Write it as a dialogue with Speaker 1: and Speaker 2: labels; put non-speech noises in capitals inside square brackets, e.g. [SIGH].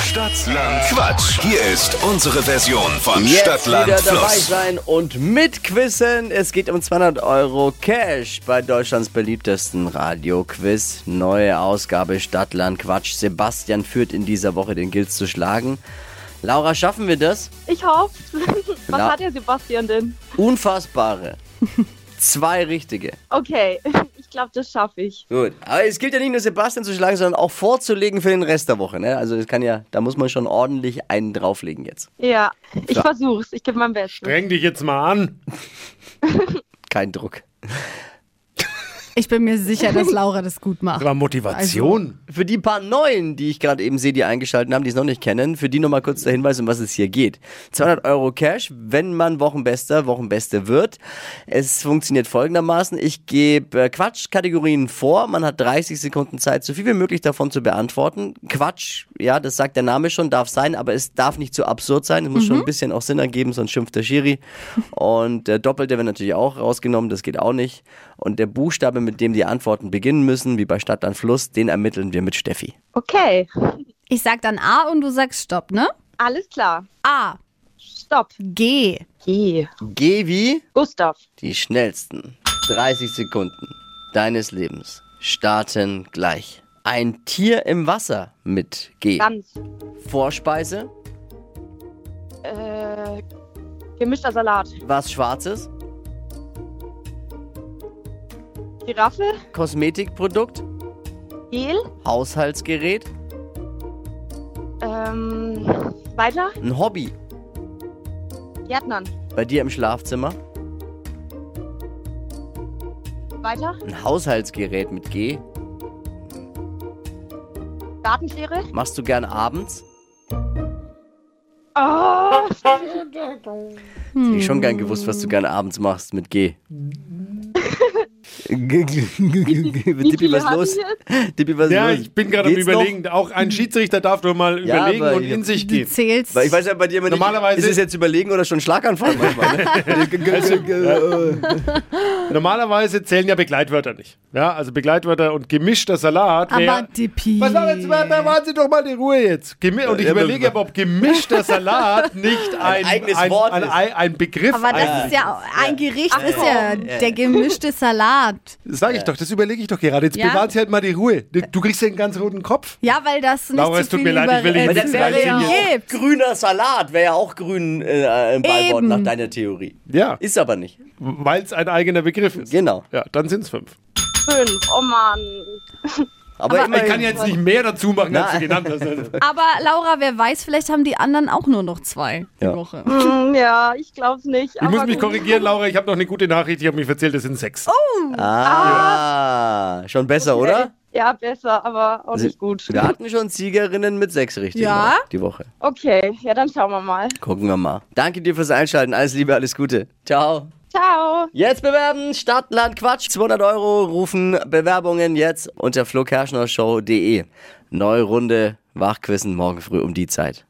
Speaker 1: Stadtland Quatsch. Hier ist unsere Version von
Speaker 2: Jetzt
Speaker 1: Stadtland
Speaker 2: wieder dabei
Speaker 1: Fluss.
Speaker 2: sein und mitquissen. Es geht um 200 Euro Cash bei Deutschlands beliebtesten Radioquiz. Neue Ausgabe Stadtland Quatsch. Sebastian führt in dieser Woche den Gilz zu schlagen. Laura, schaffen wir das?
Speaker 3: Ich hoffe. [LAUGHS] Was
Speaker 2: Na.
Speaker 3: hat der Sebastian denn?
Speaker 2: Unfassbare. Zwei richtige.
Speaker 3: Okay, [LAUGHS] ich glaube, das schaffe ich.
Speaker 2: Gut. Aber es gilt ja nicht nur Sebastian zu schlagen, sondern auch vorzulegen für den Rest der Woche. Ne? Also das kann ja, da muss man schon ordentlich einen drauflegen jetzt.
Speaker 3: Ja, ich
Speaker 2: Ja.
Speaker 3: versuch's. Ich gebe mein Bestes.
Speaker 4: Streng dich jetzt mal an.
Speaker 2: Kein Druck.
Speaker 5: Ich bin mir sicher, dass Laura das gut macht.
Speaker 4: Das war Motivation.
Speaker 2: Für die paar Neuen, die ich gerade eben sehe, die eingeschaltet haben, die es noch nicht kennen, für die nochmal kurz der Hinweis, um was es hier geht. 200 Euro Cash, wenn man Wochenbester, Wochenbeste wird. Es funktioniert folgendermaßen. Ich gebe äh, Quatschkategorien vor. Man hat 30 Sekunden Zeit, so viel wie möglich davon zu beantworten. Quatsch, ja, das sagt der Name schon, darf sein, aber es darf nicht zu absurd sein. Es muss schon ein bisschen auch Sinn ergeben, sonst schimpft der Schiri. Und der Doppelte wird natürlich auch rausgenommen, das geht auch nicht. Und der Buchstabe, mit dem die Antworten beginnen müssen, wie bei Stadt an Fluss, den ermitteln wir mit Steffi.
Speaker 3: Okay,
Speaker 5: Ich sag dann A und du sagst Stopp, ne?
Speaker 3: alles klar.
Speaker 5: A,
Speaker 3: Stopp.
Speaker 5: G,
Speaker 3: G.
Speaker 2: Geh wie
Speaker 3: Gustav.
Speaker 2: die schnellsten 30 Sekunden deines Lebens starten gleich. Ein Tier im Wasser mit G.
Speaker 3: Gans.
Speaker 2: Vorspeise,
Speaker 3: Äh, gemischter Salat.
Speaker 2: was Schwarzes,
Speaker 3: Giraffe.
Speaker 2: Kosmetikprodukt,
Speaker 3: Gel.
Speaker 2: Haushaltsgerät,
Speaker 3: Ähm, weiter.
Speaker 2: ein Hobby
Speaker 3: Gärtnern.
Speaker 2: bei dir im Schlafzimmer,
Speaker 3: Weiter.
Speaker 2: ein Haushaltsgerät mit G.
Speaker 3: Gartenschere.
Speaker 2: Machst du gern abends? [LAUGHS]
Speaker 3: Oh,
Speaker 2: Hätte ich schon gern gewusst, was du gerne abends machst mit G. Dippi, was
Speaker 3: hatten
Speaker 2: los?
Speaker 3: wir jetzt?
Speaker 2: Dippi, was
Speaker 4: Also, Ja,
Speaker 2: los?
Speaker 4: ich bin gerade am
Speaker 2: Geht's noch?
Speaker 4: überlegen. Auch ein Schiedsrichter darf doch mal
Speaker 2: Ja,
Speaker 4: überlegen
Speaker 2: aber
Speaker 4: und
Speaker 2: ich-
Speaker 4: in sich
Speaker 5: du
Speaker 4: gehen.
Speaker 5: zählst.
Speaker 2: Weil ich weiß ja bei dir immer nicht,
Speaker 4: Normalerweise- Also,
Speaker 2: ist es jetzt überlegen oder schon Schlaganfall manchmal.
Speaker 4: [LAUGHS]
Speaker 2: Ne?
Speaker 4: Normalerweise zählen ja Begleitwörter nicht. Ja, also Begleitwörter und gemischter Salat.
Speaker 5: aber
Speaker 4: Wär,
Speaker 5: Dippi.
Speaker 4: was war jetzt? Da waren Sie doch mal die Ruhe jetzt. Gemi und ich
Speaker 2: Ja,
Speaker 4: überlege
Speaker 2: aber-
Speaker 4: aber, ob gemischter Salat nicht ein,
Speaker 2: eigenes
Speaker 4: ein,
Speaker 2: Wort
Speaker 4: ein,
Speaker 2: ist.
Speaker 4: ein, ein Begriff
Speaker 5: aber das
Speaker 4: eigentlich
Speaker 5: ist ja ein Gericht, ist ja der gemischte Salat.
Speaker 4: Das sag ich doch, das überlege ich doch gerade. Jetzt
Speaker 5: Ja.
Speaker 4: bewahren Sie halt mal die Ruhe. Du du kriegst ja einen ganz roten Kopf.
Speaker 5: Ja, weil das nicht
Speaker 4: Laura,
Speaker 5: zu
Speaker 4: es tut
Speaker 5: viel
Speaker 4: mir leid, ich will
Speaker 5: über-
Speaker 4: nicht
Speaker 5: äh,
Speaker 4: mit
Speaker 2: Das
Speaker 5: zu
Speaker 2: wäre ja
Speaker 5: viel
Speaker 2: auch
Speaker 5: gibt.
Speaker 2: grüner Salat, wäre ja auch grün äh, im Beiwort
Speaker 5: Eben.
Speaker 2: nach deiner Theorie.
Speaker 4: Ja,
Speaker 2: Ist aber nicht.
Speaker 4: weil es ein eigener Begriff ist.
Speaker 2: Genau.
Speaker 4: Ja, dann sind es fünf.
Speaker 3: fünf. Oh Mann.
Speaker 2: Aber,
Speaker 4: Ich kann jetzt nicht mehr dazu machen, als du
Speaker 2: Nein.
Speaker 4: genannt hast.
Speaker 2: [LAUGHS]
Speaker 4: Also.
Speaker 5: Aber Laura, wer weiß, vielleicht haben die anderen auch nur noch zwei
Speaker 2: Ja.
Speaker 5: die Woche.
Speaker 3: Hm, Ja, ich glaub's nicht.
Speaker 4: Ich muss
Speaker 3: aber
Speaker 4: mich
Speaker 3: gut.
Speaker 4: korrigieren, Laura. Ich habe noch eine gute Nachricht. Ich habe mich verzählt, es sind sechs.
Speaker 2: Ah, schon besser, oder? Also,
Speaker 3: Ja, besser, aber auch nicht gut.
Speaker 2: Wir hatten schon Siegerinnen mit sechs richtig
Speaker 5: Ja.
Speaker 2: die Woche.
Speaker 3: Okay, ja, dann schauen wir mal.
Speaker 2: Gucken wir mal. Danke dir fürs Einschalten. Alles Liebe, alles Gute. Ciao.
Speaker 3: Ciao.
Speaker 2: Jetzt bewerben, Stadt, Land, Quatsch. 200 Euro rufen Bewerbungen jetzt unter flokerschnershow.de. Neue Runde, Wachquissen morgen früh um die Zeit.